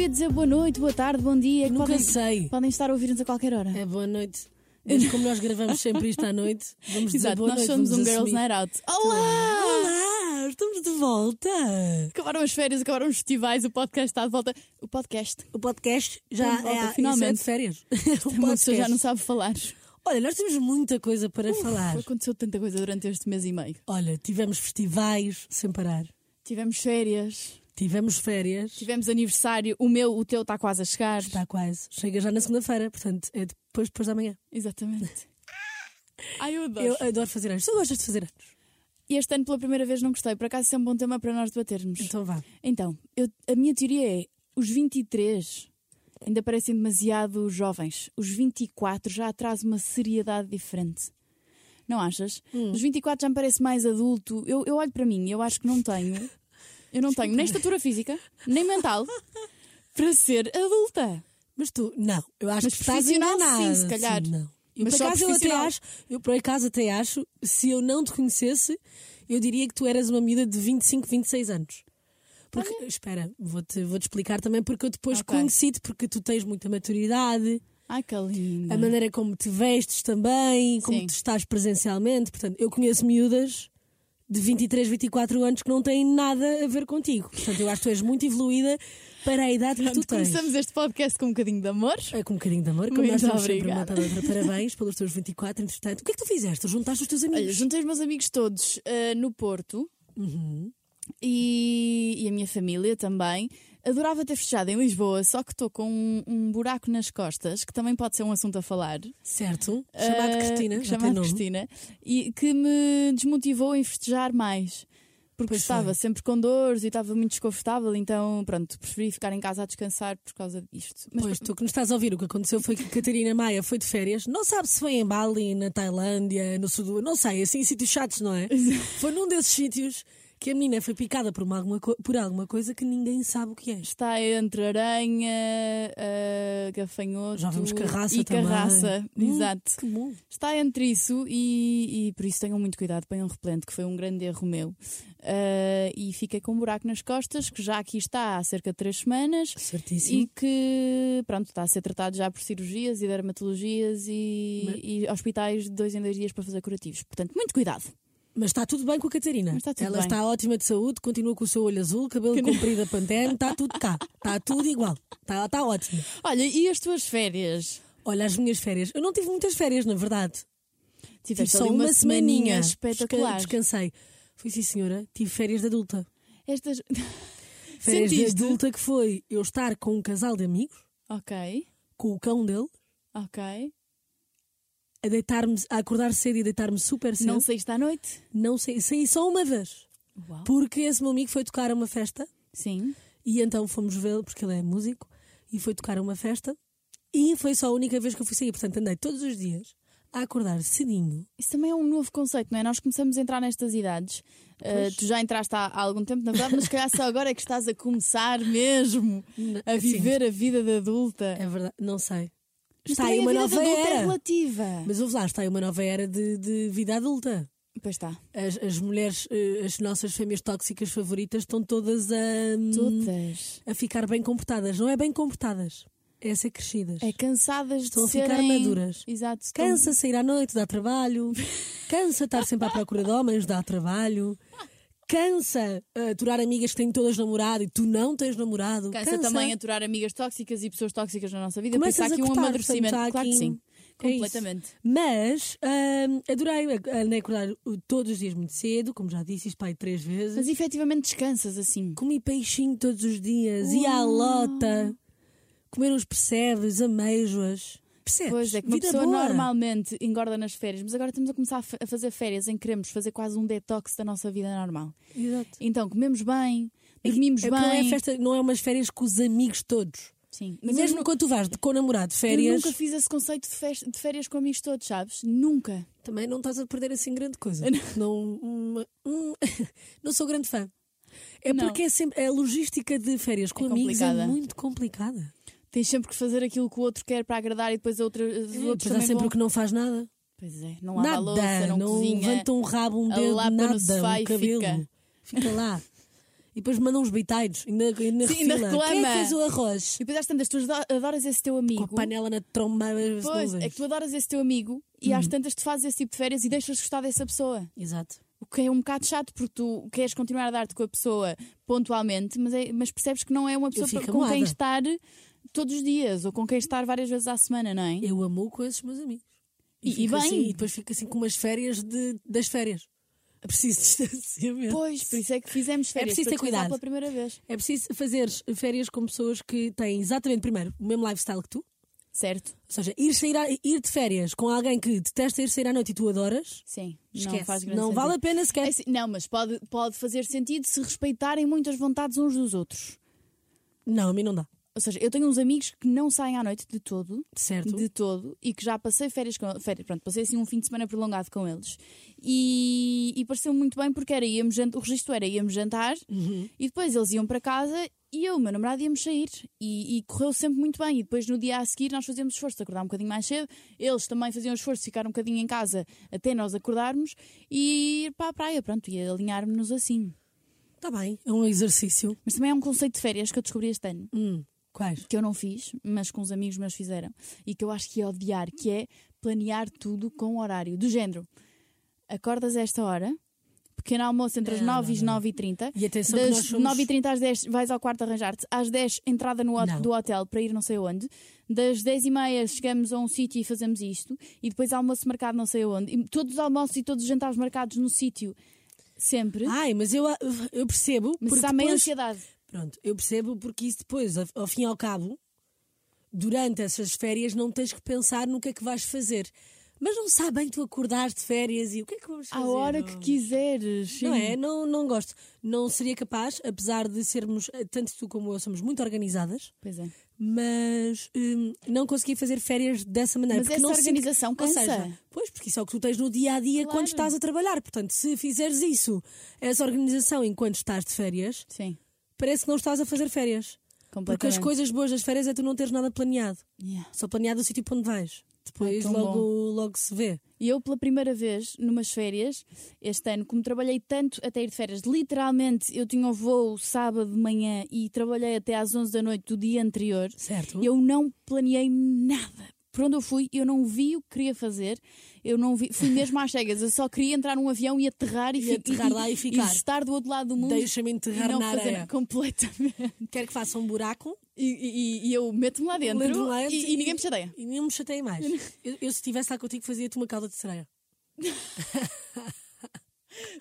ia dizer boa noite, boa tarde, bom dia. que Nunca podem, sei. Podem estar a ouvir-nos a qualquer hora. É boa noite. Mas como nós gravamos sempre isto à noite, vamos dizer Exato, boa nós noite. somos um vamos Girls assumir. Night Out. Olá! Olá, estamos de volta. Acabaram as férias, acabaram os festivais, o podcast está de volta. O podcast. O podcast já Estamos de volta, é finalmente. finalmente de férias. O Uma pessoa podcast. já não sabe falar. Olha, nós temos muita coisa para falar. Aconteceu tanta coisa durante este mês e meio. Olha, tivemos festivais sem parar. Tivemos férias, Tivemos férias. tivemos aniversário, o meu, o teu está quase a chegar. Está quase. Chega já na segunda-feira, portanto, é depois, depois da manhã. Exatamente. Ai, eu adoro. Eu adoro fazer anos. Tu gostas de fazer anos? E Este ano, pela primeira vez, não gostei. Por acaso, isso é um bom tema para nós debatermos. Então vá. Então, eu- a minha teoria é: os 23 ainda parecem demasiado jovens. Os 24 já traz uma seriedade diferente. Não achas? Os 24 já me parece mais adulto. Eu, eu olho para mim, eu acho que não tenho. Eu não tenho nem estatura física, nem mental, para ser adulta. Mas tu, não, eu acho Mas que estás profissional, enganada. sim, se calhar. não. Eu, Mas por só acaso, eu até profissional. acho, eu por acaso até acho, se eu não te conhecesse, eu diria que tu eras uma miúda de 25, 26 anos. Porque, espera, vou-te vou -te explicar também porque eu depois Ok. conheci-te, porque tu tens muita maturidade, Ai, que linda. a maneira como te vestes também, como Hum. Sim. tu estás presencialmente. Portanto, eu conheço miúdas de 23, 24 anos que não têm nada a ver contigo. Portanto, eu acho que tu és muito evoluída para a idade que tu Portanto, tens. começamos este podcast com um bocadinho de amor. É com um bocadinho de amor, como Muito nós estamos obrigada. sempre uma para outra. Parabéns pelos teus 24, entretanto. O que é que tu fizeste? Tu Juntaste os teus Olha, amigos? juntei os meus amigos todos ah, no Porto Uhum. e, e a minha família também. Adorava ter festejado em Lisboa, só que estou com um, um buraco nas costas, que também pode ser um assunto a falar. certo. Chamado Ah, Cristina. já tem Chamado nome. Cristina. E que me desmotivou em festejar mais. Porque Pois estava foi. sempre com dores e estava muito desconfortável, então pronto, preferi ficar em casa a descansar por causa disto. Mas Pois, tu que nos estás a ouvir, o que aconteceu foi que Catarina Maia foi de férias, não sabe se foi em Bali, na Tailândia, no Sul, não sei, assim, em sítios chatos, não é? Foi num desses sítios que a menina foi picada por, uma, alguma, co- por alguma coisa que ninguém sabe o que é. está entre aranha, ah, gafanhoto Já vimos carraça e também. carraça. Hum, Exato. Que bom. Está entre isso e, e por isso tenham muito cuidado, ponham repelente, que foi um grande erro meu. Ah, e fiquei com um buraco nas costas, que já aqui está há cerca de três semanas Certíssimo. e que pronto, está a ser tratado já por cirurgias e dermatologias e, Mas- e hospitais de dois em dois dias para fazer curativos. Portanto, muito cuidado. Mas está tudo bem com a Catarina. Mas está tudo Ela bem. está ótima de saúde, continua com o seu olho azul, cabelo comprido a pantene, está tudo cá. Está tudo igual. Está, está ótima. Olha, e as tuas férias? Olha, as minhas férias. Eu não tive muitas férias, na verdade. Tive Tiveste Tipo, só ali uma, semaninha. espetacular. Desca- Descansei. Fui sim, senhora. Tive férias de adulta. Estas. Férias de Sentiste? adulta que foi eu estar com um casal de amigos, Ok, com o cão dele, ok. a deitar-me, a acordar cedo e a deitar-me super cedo. Não saíste à noite? Não sei. Saí só uma vez. Uau. Porque esse meu amigo foi tocar a uma festa Sim. E então fomos vê-lo, porque ele é músico, e foi tocar a uma festa. E foi só a única vez que eu fui sair. Portanto, andei todos os dias a acordar cedinho. Isso também é um novo conceito, não é? Nós começamos a entrar nestas idades. Uh, tu já entraste há, há algum tempo, na verdade, mas se calhar só agora é que estás a começar mesmo a Sim. viver a vida de adulta. É verdade, não sei. Mas Está também aí a uma vida de nova adulta é era. relativa. Mas ouve lá, está aí uma nova era de, de vida adulta. Pois está. As, as mulheres, eh, as nossas fêmeas tóxicas favoritas, estão todas a, Todas. a ficar bem comportadas. Não é bem comportadas, é ser crescidas. É cansadas Estão a de ficar serem... maduras. Exato. estão- Cansa sair à noite, dá trabalho. Cansa estar sempre à procura de homens, dá trabalho. Cansa eh, aturar amigas que têm todas namorado e tu não tens namorado. Cansa, também aturar amigas tóxicas e pessoas tóxicas na nossa vida. Começas Pois há a aqui um cortar, amadurecimento. portanto, há Claro que aqui- sim. É isso. Completamente. Mas ahm, adorei, andei a acordar o- todos os dias muito cedo, como já disse, isto pai três vezes. Mas efetivamente descansas assim. Comi peixinho todos os dias, ia à lota, comer uns percebes, ameijoas. Percebes? Pois é, que uma Vida pessoa boa. normalmente engorda nas férias, mas agora estamos a começar a fa- a fazer férias em que queremos fazer quase um detox da nossa vida normal. Exato. Então, comemos bem, dormimos É que bem. não é, festa, não é umas férias com os amigos todos. Sim, Mas mas mesmo eu, nu- quando tu vais de, com o namorado de eu férias, nunca fiz esse conceito de, fes- de férias com amigos todos, sabes? Nunca. também não estás a perder assim grande coisa. não, uma- um- não sou grande fã. É Não. porque é sempre, a logística de férias É com amigos é complicada. muito complicada. Tens sempre que fazer aquilo que o outro quer para agradar e depois a outra, os outros Depois há também É, sempre vão- o que não faz nada. Pois é, não lava a nada. louça, não, cozinha. levanta um rabo, um a dedo, lapa no nada. sofá um e cabelo. fica. Fica lá. E depois mandam uns bitairos. Ainda, ainda Sim, ainda refila. Quem é reclama. que fez o arroz? E depois às tantas, tu ado- adoras esse teu Com amigo. a panela na tromba. as Pois, nuvens. é que tu adoras esse teu amigo e Hum. às tantas tu fazes esse tipo de férias e deixas de gostar dessa pessoa. Exato. O que é um bocado chato porque tu queres continuar a dar-te com a pessoa pontualmente, mas, é- mas percebes que não é uma pessoa fico com quem amuada. estar todos os dias ou com quem estar várias vezes à semana, não é? Eu amo com esses meus amigos. E- e fico bem. assim- e depois fico assim com umas férias de- das férias. Preciso de distanciamento. Pois, por isso é que fizemos férias. preciso para ter descansar cuidado. pela primeira vez. É preciso fazer férias com pessoas que têm exatamente, primeiro, o mesmo lifestyle que tu. Ou Certo? seja, ir, sair a- ir de férias com alguém que detesta ir sair à noite e tu adoras, Sim. esquece. Não faz grande sentido. vale a pena sequer. É assim, não, mas pode, pode fazer sentido se respeitarem muito as vontades uns dos outros. Não, a mim não dá. Ou seja, eu tenho uns amigos que não saem à noite de todo. Certo? De todo. E que já passei férias com férias, Pronto, passei assim um fim de semana prolongado com eles. E, e pareceu muito bem porque era íamos jantar, o registro era íamos jantar e depois eles iam para casa e eu, o meu namorado, íamos sair. E, e correu sempre muito bem. E depois no dia a seguir nós fazíamos esforço de acordar um bocadinho mais cedo. Eles também faziam esforço de ficar um bocadinho em casa até nós acordarmos e ir para a praia. Pronto, e alinharmos-nos assim. Está bem, é um exercício. Mas também é um conceito de férias que eu descobri este ano Hum, Quais? que eu não fiz, mas com os amigos meus fizeram, e que eu acho que ia odiar, que é planear tudo com um horário, do género. Acordas a esta hora, pequeno almoço entre as Não, 9 e as não, não. 9 e 30 E atenção que nós das somos- 9 e 30 às 10 vais ao quarto arranjar-te, às 10 entrada no hot- Não. do hotel para ir não sei onde, das 10 e meia chegamos a um sítio e fazemos isto, e depois almoço marcado não sei onde, e todos os almoços e todos os jantares marcados no sítio, sempre, Ai, mas eu, eu percebo. mas Ah, porque isso há meia depois- ansiedade. Pronto, eu percebo porque isso depois, ao- ao fim e ao cabo, durante essas férias não tens que pensar no que é que vais fazer. Mas não sabe bem tu acordares de férias e o que é que vamos fazer? À hora não? que quiseres. Não sim. é? Não, não gosto. Não seria capaz, apesar de sermos, eh, tanto tu como eu, somos muito organizadas, Pois é. mas hum, não consegui fazer férias dessa maneira. Mas porque essa não sinto- organização cansa. Ou seja, pois, porque isso é o que tu tens no dia a dia Claro. quando estás a trabalhar. Portanto, se fizeres isso, essa organização enquanto estás de férias, Sim, parece que não estás a fazer férias. completamente. Porque as coisas boas das férias é tu não teres nada planeado. Yeah. Só planeado o sítio para onde vais. Depois tão logo, bom. logo se vê. E eu, pela primeira vez, numas férias, este ano, como trabalhei tanto até ir de férias, literalmente eu tinha um voo sábado de manhã e trabalhei até às 11 da noite do dia anterior, Certo? eu não planeei nada. Por onde eu fui, eu não vi o que queria fazer, eu não vi, fui mesmo às cegas, eu só queria entrar num avião e aterrar e, E fi- aterrar lá e ficar. estar do outro lado do mundo Deixa-me enterrar e não na fazer areia. nada completamente. Quero que faça um buraco E, e- e eu meto-me lá dentro Lembro-me lá antes e, e ninguém me chateia. e não me chateia mais. Eu, eu se estivesse lá contigo, fazia-te uma calda de sereia.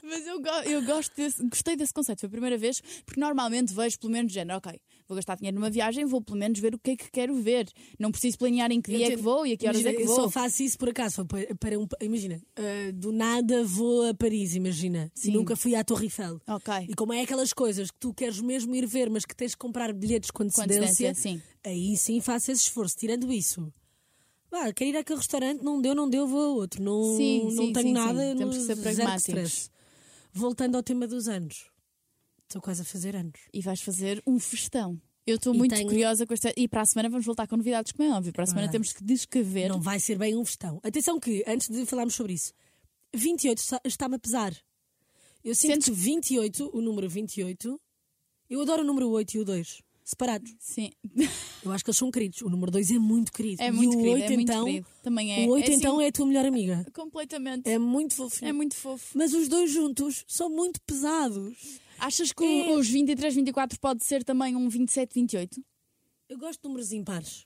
Mas eu, go- eu gosto desse- gostei desse conceito. Foi a primeira vez, porque normalmente vejo pelo menos género, ok, vou gastar dinheiro numa viagem, vou pelo menos ver o que é que quero ver. Não preciso planear em que dia é que vou e a que horas é Imagina, que Eu só vou. faço isso por acaso. Foi para, para um, imagina, ah, do nada vou a Paris, imagina. Sim. Nunca fui à Torre Eiffel. Ok. E como é aquelas coisas que tu queres mesmo ir ver, mas que tens de comprar bilhetes com Com antecedência, antecedência, sim. aí sim faço esse esforço. Tirando isso, vá, quero ir àquele restaurante, não deu, não deu, vou a outro. Não, Sim, não sim, tenho sim, nada, sim. Temos não, que ser zero pragmáticos. stress. Voltando ao tema dos anos, estou quase a fazer anos. E vais fazer um festão. Eu estou E muito tenho- curiosa com esta. E para a semana vamos voltar com novidades, como é óbvio. Para a semana verdade. temos que descrever. Não vai ser bem um festão. Atenção que, antes de falarmos sobre isso, 28 está- está-me a pesar. Eu sinto Sentes- que 28, o número 28, eu adoro o número 8 e o 2, separados. Sim. Eu acho que eles são queridos. O número 2 é muito querido. É muito e o querido. 8, é muito então, querido. Também é. o 8 é assim, então é a tua melhor amiga. Completamente. É muito fofinho. É muito fofo. Mas os dois juntos são muito pesados. Achas que o- os 23, 24 pode ser também um 27, 28? Eu gosto de números impares.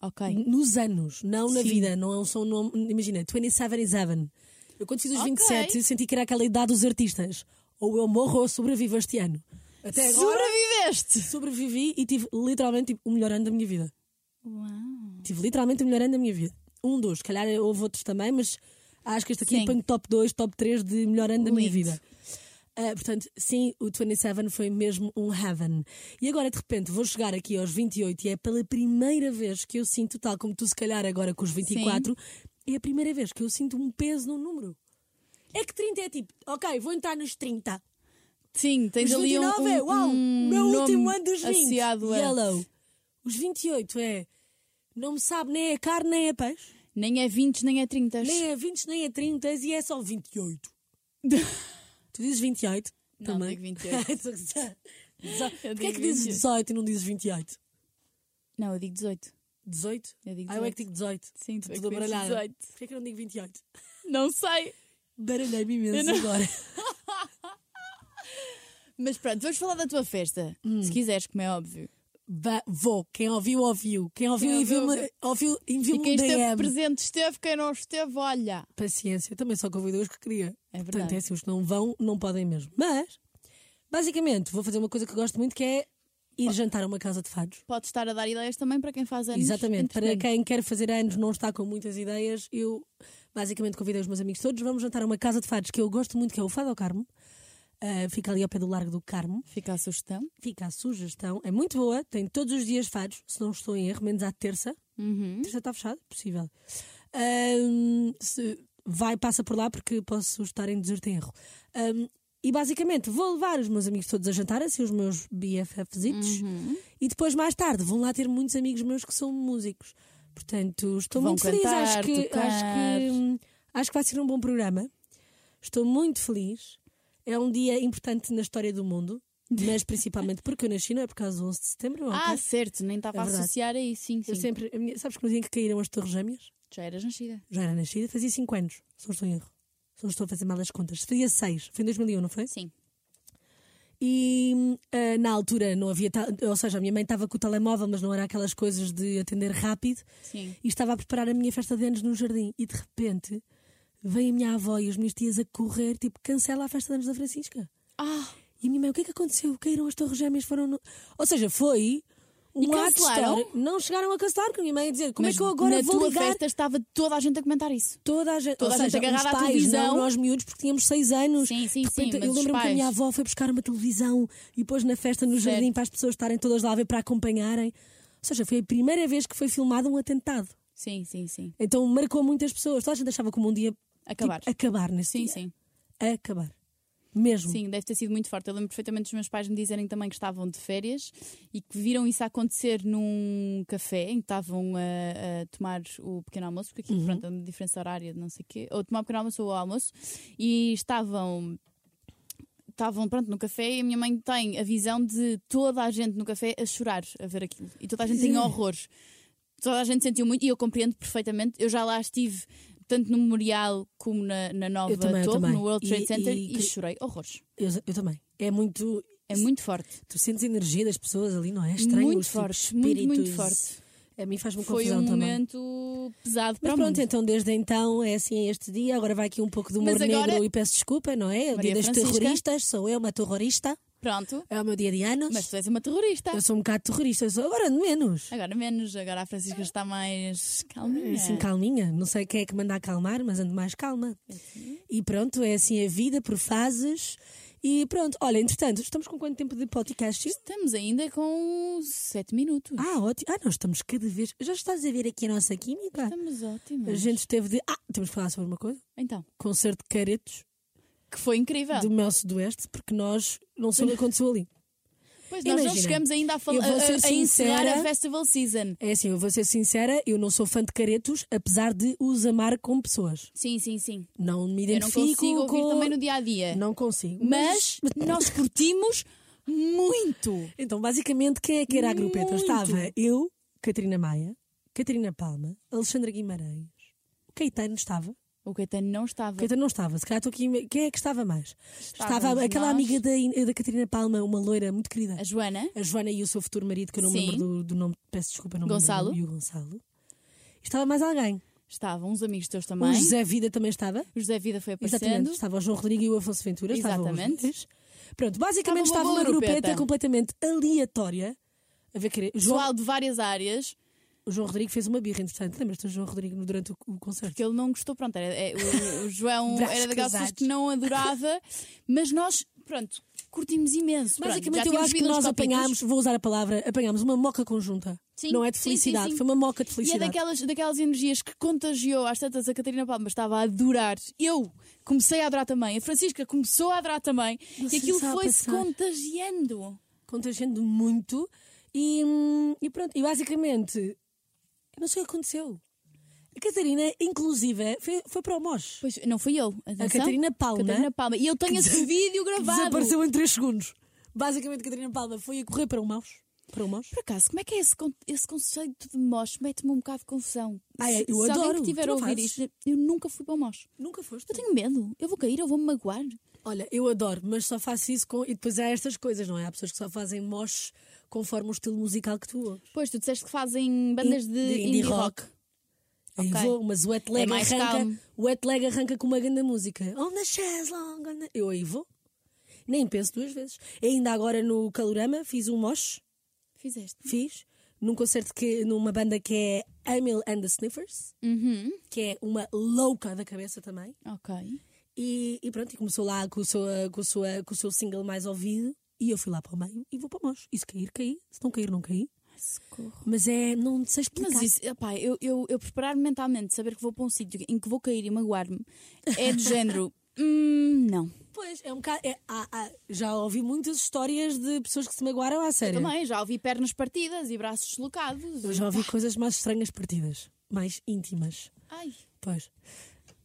Ok. Nos anos, não na Sim. vida. Não é um som. Não, imagina, 27 is heaven. Eu quando fiz os Ok. 27 senti que era aquela idade dos artistas. Ou eu morro ou sobrevivo este ano. Até agora Sobreviveste! sobrevivi e tive literalmente tipo, o melhor ano da minha vida. Uau! Tive literalmente o melhor ano da minha vida. Um dos, se calhar houve outros também, mas acho que este aqui Sim. põe top 2, top 3 de melhor ano da minha Lindo. vida. Ah, portanto, sim, o 27 foi mesmo um heaven. E agora, de repente, vou chegar aqui aos 28 e é pela primeira vez que eu sinto, tal como tu, se calhar, agora com os 24, é a primeira vez que eu sinto um peso num número. É que 30 é tipo, ok, vou entrar nos 30. Sim, tens Os ali um, 29 é, um, uau, um meu nome último ano dos 20. associado a- Yellow. Os 28 é, não me sabe nem é carne nem é peixe, Nem é 20, nem é 30. nem é 20 nem é 30 e é só 28. tu dizes 28, Não, também. digo 28. Eu Porquê é que digo dizes 28. 18 e não dizes 28? Não, eu digo 18. 18? Eu digo Ah, eu é 18. que digo 18. Sim, tu é que Tudo dizes baralhado. 18. Porquê é que eu não digo 28? Não sei. Baralhei-me imenso Eu não- agora. Mas pronto, vamos falar da tua festa. Hum. Se quiseres, como é óbvio. Ba- vou. Quem ouviu, ouviu. Quem ouviu, Quem ouviu, enviou-me ouviu, enviou E quem um esteve DM. presente esteve, quem não esteve, olha. Paciência, também só convidei os que queria. É verdade. Portanto, é assim, os que não vão, não podem mesmo. Mas, basicamente, vou fazer uma coisa que gosto muito que é ir jantar a uma casa de fados. Pode estar a dar ideias também para quem faz anos. Exatamente. Para entretanto. quem quer fazer anos, não está com muitas ideias, eu basicamente convidei os meus amigos todos, vamos jantar a uma casa de fados que eu gosto muito, que é o Fado ao Carmo. Ah, fica ali ao pé do Largo do Carmo. Fica a sugestão. Fica a sugestão, é muito boa, tem todos os dias fados, se não estou em erro, menos à terça. Uhum. Terça está fechado? Possível. Ahm, se vai, passa por lá porque posso estar em deserto em erro. Ahm, e basicamente vou levar os meus amigos todos a jantar, assim, os meus BFFzitos. Uhum. E depois, mais tarde, vão lá ter muitos amigos meus que são músicos. Portanto, estou Vão muito feliz. Acho cantar, que, tocar. acho, que, hum, acho que vai ser um bom programa. Estou muito feliz. É um dia importante na história do mundo, mas principalmente porque eu nasci, não é por causa do 11 de setembro. Ah, ok? certo, nem estava É a verdade. associar aí, sim, sim. eu sempre. a minha- sabes que no dia em que caíram as Torres Gêmeas? Já eras nascida. Já era nascida, fazia 5 anos, se não estou em erro. Se não estou a fazer mal as contas. Fazia 6, foi em 2001, não foi? Sim. E ah, na altura não havia. ta- Ou seja, a minha mãe estava com o telemóvel, mas não era aquelas coisas de atender rápido. Sim. E estava a preparar a minha festa de anos no jardim. E de repente veio a minha avó e os meus tias a correr, tipo, cancela a festa de anos da Francisca. Ah, E a minha mãe, o que é que aconteceu? Caíram as torres gêmeas, foram. No... Ou seja, foi. Um ato cancelaram? histórico. Não chegaram a cancelar, porque a minha mãe ia dizer como mas é que eu agora na vou tua ligar festa estava toda a gente a comentar isso. toda a gente, Toda ou a gente seja, agarrada os à pais, televisão. Não, nós miúdos, porque tínhamos seis anos. Sim, sim, De repente, sim, mas Eu os lembro-me que a pais. minha avó foi buscar uma televisão e pôs na festa no Certo. jardim para as pessoas estarem todas lá a ver para acompanharem. Ou seja, foi a primeira vez que foi filmado um atentado. Sim, sim, sim. Então marcou muitas pessoas. Toda a gente achava como um dia tipo, Acabar. acabar nesse Sim, dia. sim. Acabar. Mesmo. Sim, deve ter sido muito forte. Eu lembro perfeitamente dos meus pais me dizerem também que estavam de férias e que viram isso acontecer num café em que estavam a, a tomar o pequeno almoço, porque Uhum. aqui, pronto, é uma diferença horária de não sei o quê, ou tomar o pequeno almoço ou o almoço, e estavam. Estavam, pronto, no café e a minha mãe tem a visão de toda a gente no café a chorar a ver aquilo. E toda a gente tem horrores. Toda a gente sentiu muito e eu compreendo perfeitamente. Eu já lá estive, tanto no Memorial como na, na Nova também, eu Torre, também. no World Trade E- Center, e- e chorei horrores. Eu, eu também. É muito. É muito forte. Tu sentes a energia das pessoas ali, não é? É Estranho. muito os tipos forte, de muito, muito espíritos. forte. A mim faz-me Foi confusão um também. momento pesado Mas para pronto, o mundo. então desde então é assim este dia. Agora vai aqui um pouco do humor Mas agora- negro e peço desculpa, não é? O Maria dia das Francisca. terroristas, sou eu uma terrorista, Pronto, é o meu dia de anos. mas tu É. és uma terrorista. Eu sou um bocado terrorista, eu sou agora de menos. Agora menos, agora a Francisca está mais calminha. Assim, calminha. Não sei quem é que manda acalmar, mas ando mais calma. É E pronto, é assim a vida por fases. E pronto, olha, entretanto, estamos com quanto tempo de podcast? Estamos ainda com 7 minutos. Ah, ótimo. Ah, nós estamos cada vez. Já estás a ver aqui a nossa química? Estamos A ótimas. gente esteve de. Ah, temos que falar sobre uma coisa. Então, Concerto de caretos. que foi incrível. do Mel Sudoeste, porque nós não soube o que aconteceu ali. Pois nós não Imagina, chegamos ainda a, fal- eu vou a- a- ser a encerrar sincera. a Festival Season. É assim, eu vou ser sincera, eu não sou fã de caretos, apesar de os amar como pessoas. Sim, sim, sim. Não Eu me não identifico consigo ouvir com... também no dia a dia. Não consigo. Mas nós curtimos muito. Então, basicamente, quem é que era a grupeta? Muito. Estava eu, Catarina Maia, Catarina Palma, Alexandra Guimarães, o Caetano estava. O Caetano não estava. O Caetano não estava, se calhar estou aqui... Quem é que estava mais? estava Estávamos aquela nós. amiga da, da Catarina Palma, uma loira muito querida. A Joana? a Joana e o seu futuro marido, que eu não me Sim. lembro do, do nome, peço desculpa, não Gonçalo. me lembro. E o Gonçalo. Estava mais alguém. Estavam uns amigos teus também. O José Vida também estava. O José Vida foi Exatamente. aparecendo. Estava o João Rodrigo e o Afonso Ventura. estavam os Exatamente. dois. Pronto, basicamente Estava estava uma uma, boa grupeta, grupeta. completamente aleatória. A ver, querer. João, Pessoal de várias áreas, o João Rodrigo fez uma birra, entretanto. Lembras-te do João Rodrigo no- durante o, o concerto? que ele não gostou. Pronto, era, é, o, o João Braços era daquelas pessoas cruzados. que não adorava, mas nós, pronto, curtimos imenso. Pronto, já Basicamente, eu tínhamos acho que bebido uns nós copitos. apanhámos, vou usar a palavra, apanhámos uma moca conjunta. Sim, Não é de sim, sim, felicidade, sim. foi uma moca de E é felicidade. daquelas, daquelas energias que contagiou às tantas a Catarina Palma estava a adorar. Eu comecei a adorar também, a Francisca começou a adorar também, Não e sei aquilo se há a foi-se passar. contagiando. contagiando muito e, hum, e pronto, e basicamente eu não sei o que aconteceu. A Catarina, inclusive, foi, foi para o MOS. Pois, não fui eu. Atenção. A Catarina Palma Catarina Palma. E eu tenho esse vídeo gravado. desapareceu em 3 segundos. Basicamente, Catarina Palma foi a correr para o MOS. Para o MOS. Por acaso, como é que é esse, con- esse conceito de mosh? Mete-me um bocado de confusão. Ah, é, Se- eu Se alguém adoro. que tiver Tu a não ouvir fazes? isto, eu nunca fui para o mosh. Nunca foste. Eu tenho medo. Eu vou cair, eu vou-me magoar. Olha, eu adoro, mas só faço isso com. E depois há estas coisas, não é? Há pessoas que só fazem moches conforme o estilo musical que tu ouves. Pois, tu disseste que fazem bandas de, indie, rock. Aí Ok. vou, mas o wet leg É mais calmo. arranca. O wet leg arranca com uma grande música. On the chaise long. on the- Eu aí vou. Nem penso duas vezes. Ainda agora no Calorama fiz um moche, Fizeste. fiz, num concerto que numa banda que é Emil and the Sniffers, Uhum. que é uma louca da cabeça também. Ok. E, e pronto, e começou lá com o, seu, com, o seu, com o seu single mais ouvido. E eu fui lá para o meio e vou para o Mós. E se cair, caí. Se não cair, não caí. Ai, socorro. Mas é, não sei explicar. Mas isso, opá, eu, eu, eu preparar-me mentalmente, saber que vou para um sítio em que vou cair e magoar-me, é do género. Hum, não. Pois, é um bocado. é- há- há- já ouvi muitas histórias de pessoas que se magoaram à sério. Também, já ouvi pernas partidas e braços deslocados. Eu já ouvi coisas mais estranhas partidas. Mais íntimas. Ai, Pois.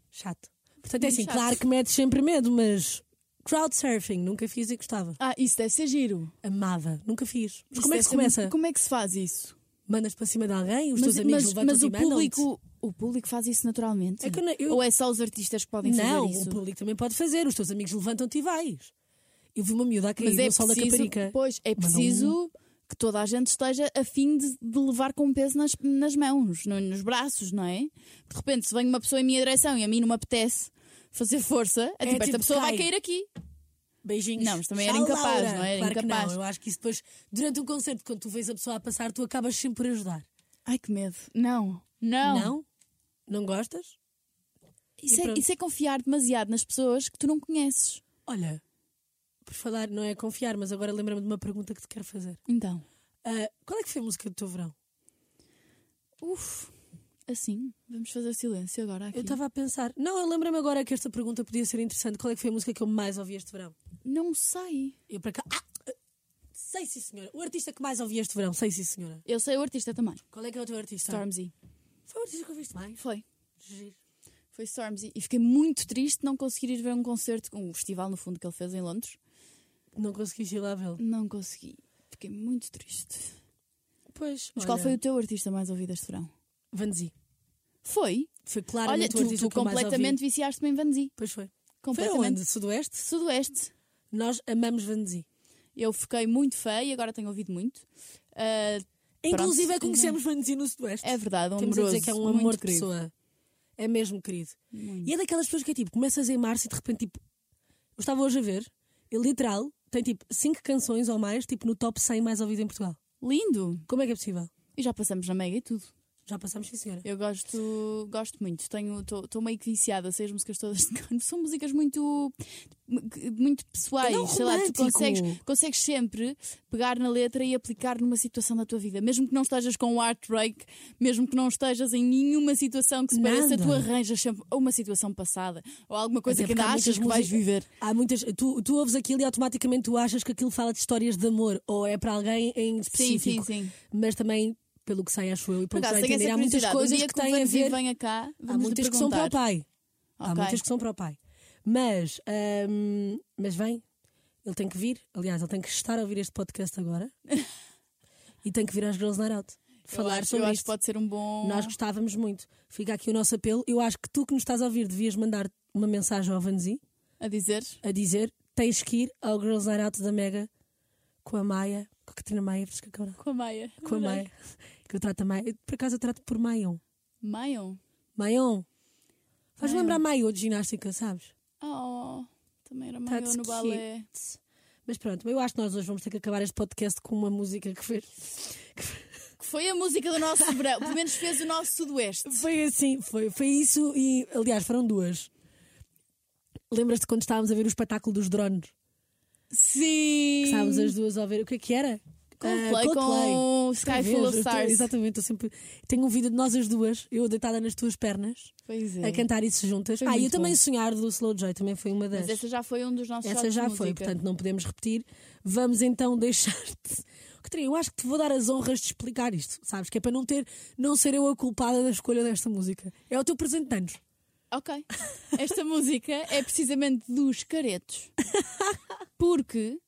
Chato. Portanto, é Muito assim, chato. claro que metes sempre medo, mas. Crowdsurfing, nunca fiz e gostava. ah, isso deve ser giro. Amava, nunca fiz. Mas Isso como é que se deve ser- começa? Como é que se faz isso? Mandas para cima de alguém, os teus amigos levantam tipo, "Ah, mas o público, o público faz isso naturalmente. É que eu não- eu- Ou é só os artistas que podem Não, fazer isso? o público também pode fazer. Os teus amigos levantam-te e vais. Eu vi uma miúda a cair mas no é sol da preciso, Caparica. pois, é Mandam um- preciso que toda a gente esteja a fim de, de levar com peso nas, nas mãos, no- nos braços, não é? De repente, se vem uma pessoa em minha direção e a mim não me apetece fazer força, é É tipo, esta tipo, pessoa vai cai. cair aqui. Beijinhos. Não, mas também era Tchau, incapaz, Laura. não é? Era claro incapaz. Que não. Eu acho que isso depois, durante um concerto, quando tu vês a pessoa a passar, tu acabas sempre por ajudar. Ai que medo. Não, não. Não? Não gostas? Isso, E é, pronto. isso é confiar demasiado nas pessoas que tu não conheces. Olha, por falar, não é confiar, mas agora lembra-me de uma pergunta que te quero fazer. Então, Ah, qual é que foi a música do teu verão? uff, assim, vamos fazer silêncio agora aqui. Eu estava a pensar. Não, eu lembro-me agora que esta pergunta podia ser interessante. Qual é que foi a música que eu mais ouvi este verão? Não sei. Eu para cá. Ah! Sei sim, senhora. O artista que mais ouvi este verão, sei sim, senhora. Eu sei o artista também. Qual é que é o teu artista? Stormzy. Foi o artista que ouviste mais. Foi. Giro. Foi Stormzy. E fiquei muito triste não conseguir ir ver um concerto, um festival no fundo que ele fez em Londres. Não conseguiste ir lá vê-lo. Não consegui. Fiquei muito triste. Pois. Mas qual foi o teu artista mais ouvido este verão? Vanzi. Foi. Foi claramente Olha, o tu, artista tu que eu mais ouvi. completamente viciaste-me em Vanzi. Pois foi. Foi Completamente. onde? Sudoeste? Sudoeste. Nós amamos Vanzi. Eu fiquei muito feia e agora tenho ouvido muito. Ah, Inclusive, Pronto, é conhecemos Vanzi no Sudoeste. é verdade, é um Temos a amoroso. dizer que é um muito amor de querido. pessoa. É mesmo querido. Muito. E é daquelas pessoas que é tipo, começas em março e de repente, tipo, eu estava hoje a ver, ele literal tem tipo 5 canções ou mais, tipo no top 100 mais ouvido em Portugal. Lindo. Como é que é possível? E já passamos na Mega e tudo. Já passámos, sim, senhora. Eu gosto, gosto muito. Estou meio que viciada a sei as músicas todas de cor. São músicas muito, muito pessoais. Não, sei lá, tu romântico. consegues, consegues sempre pegar na letra e aplicar numa situação da tua vida. Mesmo que não estejas com o heartbreak, mesmo que não estejas em nenhuma situação que se pareça, Nada. tu arranjas sempre ou uma situação passada ou alguma coisa Até que é porque ainda há achas muitas que vais músicas- viver. Há muitas. Tu, tu ouves aquilo e automaticamente tu achas que aquilo fala de histórias de amor ou é para alguém em Sim, sim, específico. sim. Mas também, pelo que sei, acho eu, e Por pelo que acaso, sei tenho entender, essa há muitas curiosidade. coisas um dia que que o têm a Vanzi ver. venha cá, Há vamos lhe muitas que são para o perguntar. pai. Há Ok. muitas que são para o pai. Mas, hum, mas vem, ele tem que vir. Aliás, ele tem que estar a ouvir este podcast agora e tem que vir às Girls Night Out Eu falar acho- sobre Eu acho que isto. pode ser um bom... Nós gostávamos muito. Fica aqui o nosso apelo. Eu acho que tu que nos estás a ouvir devias mandar uma mensagem ao Vanzi A dizer... a dizer tens que ir ao Girls Night Out da Mega com a Maia, com a Catarina Maia, porque agora- Com a Maia. com a Maia, que eu trato a Maia. Eu, por acaso eu trato por Maion. Maion? Maion. Faz Maion. lembrar Maio de ginástica, sabes? Oh, também era Tá Maion no cute. balé. Mas pronto, eu acho que nós hoje vamos ter que acabar este podcast com uma música que fez. Que foi a música do nosso verão, pelo menos fez o nosso sudoeste. Foi assim, foi, foi isso e, aliás, foram duas. Lembras-te quando estávamos a ver o espetáculo dos drones? Sim! Que estávamos as duas a ver. O que é que era? Ah, Coldplay com Sky Talvez, Full eu of estou- Stars. Exatamente, eu sempre. Tenho um vídeo de nós as duas, eu deitada nas tuas pernas, Pois é. a cantar isso juntas. Foi ah, e eu muito também bom. é sonhar do Slow Joy, também foi uma das. Mas essa já foi um dos nossos Essa toques de já foi, música. portanto não podemos repetir. Vamos então deixar-te Catarina, eu acho que te vou dar as honras de explicar isto, sabes? Que é para não ter, não ser eu a culpada da escolha desta música. É o teu presente de anos. Ok. Esta música é precisamente dos caretos. Porque.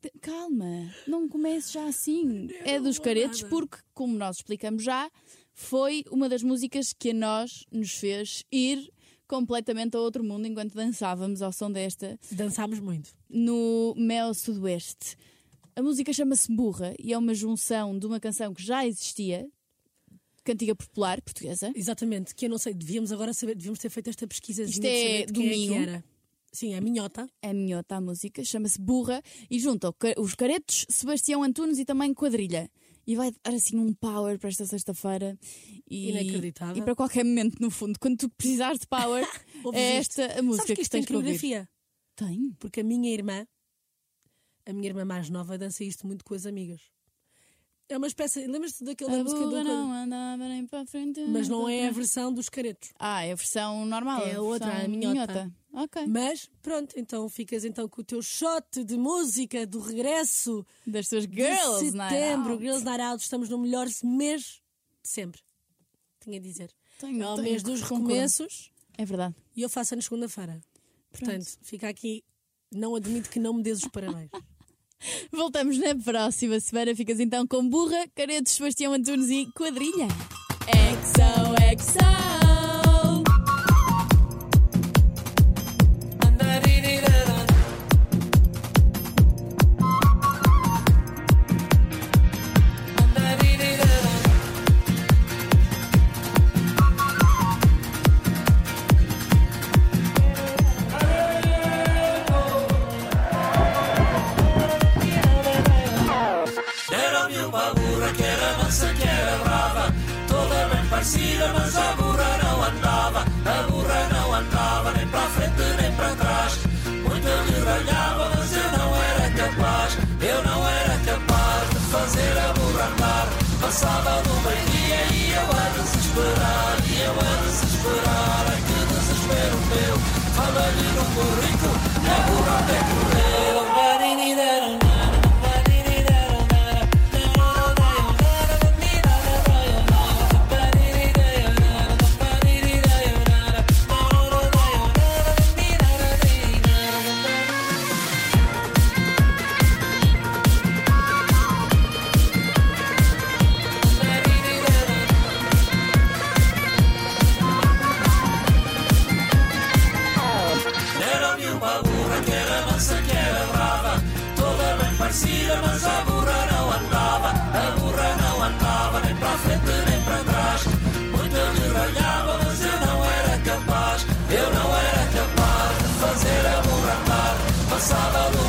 te- Calma, não comece já assim. é dos vou caretos, nada. porque, como nós explicamos já, foi uma das músicas que a nós nos fez ir completamente a outro mundo enquanto dançávamos ao som desta Dançámos muito. no Mel Sudoeste. A música chama-se Burra e é uma junção de uma canção que já existia, cantiga popular portuguesa. Exatamente, que eu não sei, devíamos agora saber, devíamos ter feito esta pesquisa. Isto é domingo. era. Sim, é minhota. É minhota a música, chama-se Burra e junta o ca- os caretos, Sebastião Antunes e também Quadrilha. E vai dar assim um power para esta sexta-feira. E, Inacreditável. E para qualquer momento, no fundo, quando tu precisares de power, Ouves é isto. esta a música Sabes que isto tem tens que ouvir. coreografia? Tem. Porque a minha irmã, a minha irmã mais nova, dança isto muito com as amigas. É uma espécie. Lembras-te daquela A música do. burra não andava nem para a frente. Mas não é a versão dos caretos. Ah, é a versão normal. É a outra, versão a minhota. Ok. Mas pronto, então ficas então com o teu shot de música do regresso Das tuas de girls, não é? setembro. Girls Night Out, estamos no melhor mês de sempre. Tinha a dizer. Ah, Tenho, é o tenho mês que dos concordar. recomeços É verdade. e eu faço anos segunda-feira. Pronto. Portanto, fica aqui. Não admito que não me des os parabéns. Voltamos na próxima semana. Ficas então com Burra, Caretos, Sebastião Antunes e Quadrilha. XOXO Era uma burra que era mansa, que era brava Toda bem parecida, mas a burra não andava A burra não andava, nem para frente, nem para trás Muita me ralhava, mas eu não era capaz Eu não era capaz de fazer a burra andar Passava do meio-dia e eu a desesperar E eu a desesperar, ai que desespero meu Fala-lhe no currículo, a burra até correu Era-me uma burra que era mansa, que era brava Toda bem parecida, mas a burra não andava A burra não andava, nem para frente, nem para trás Muita me ralhava, mas eu não era capaz Eu não era capaz de fazer a burra andar Passava do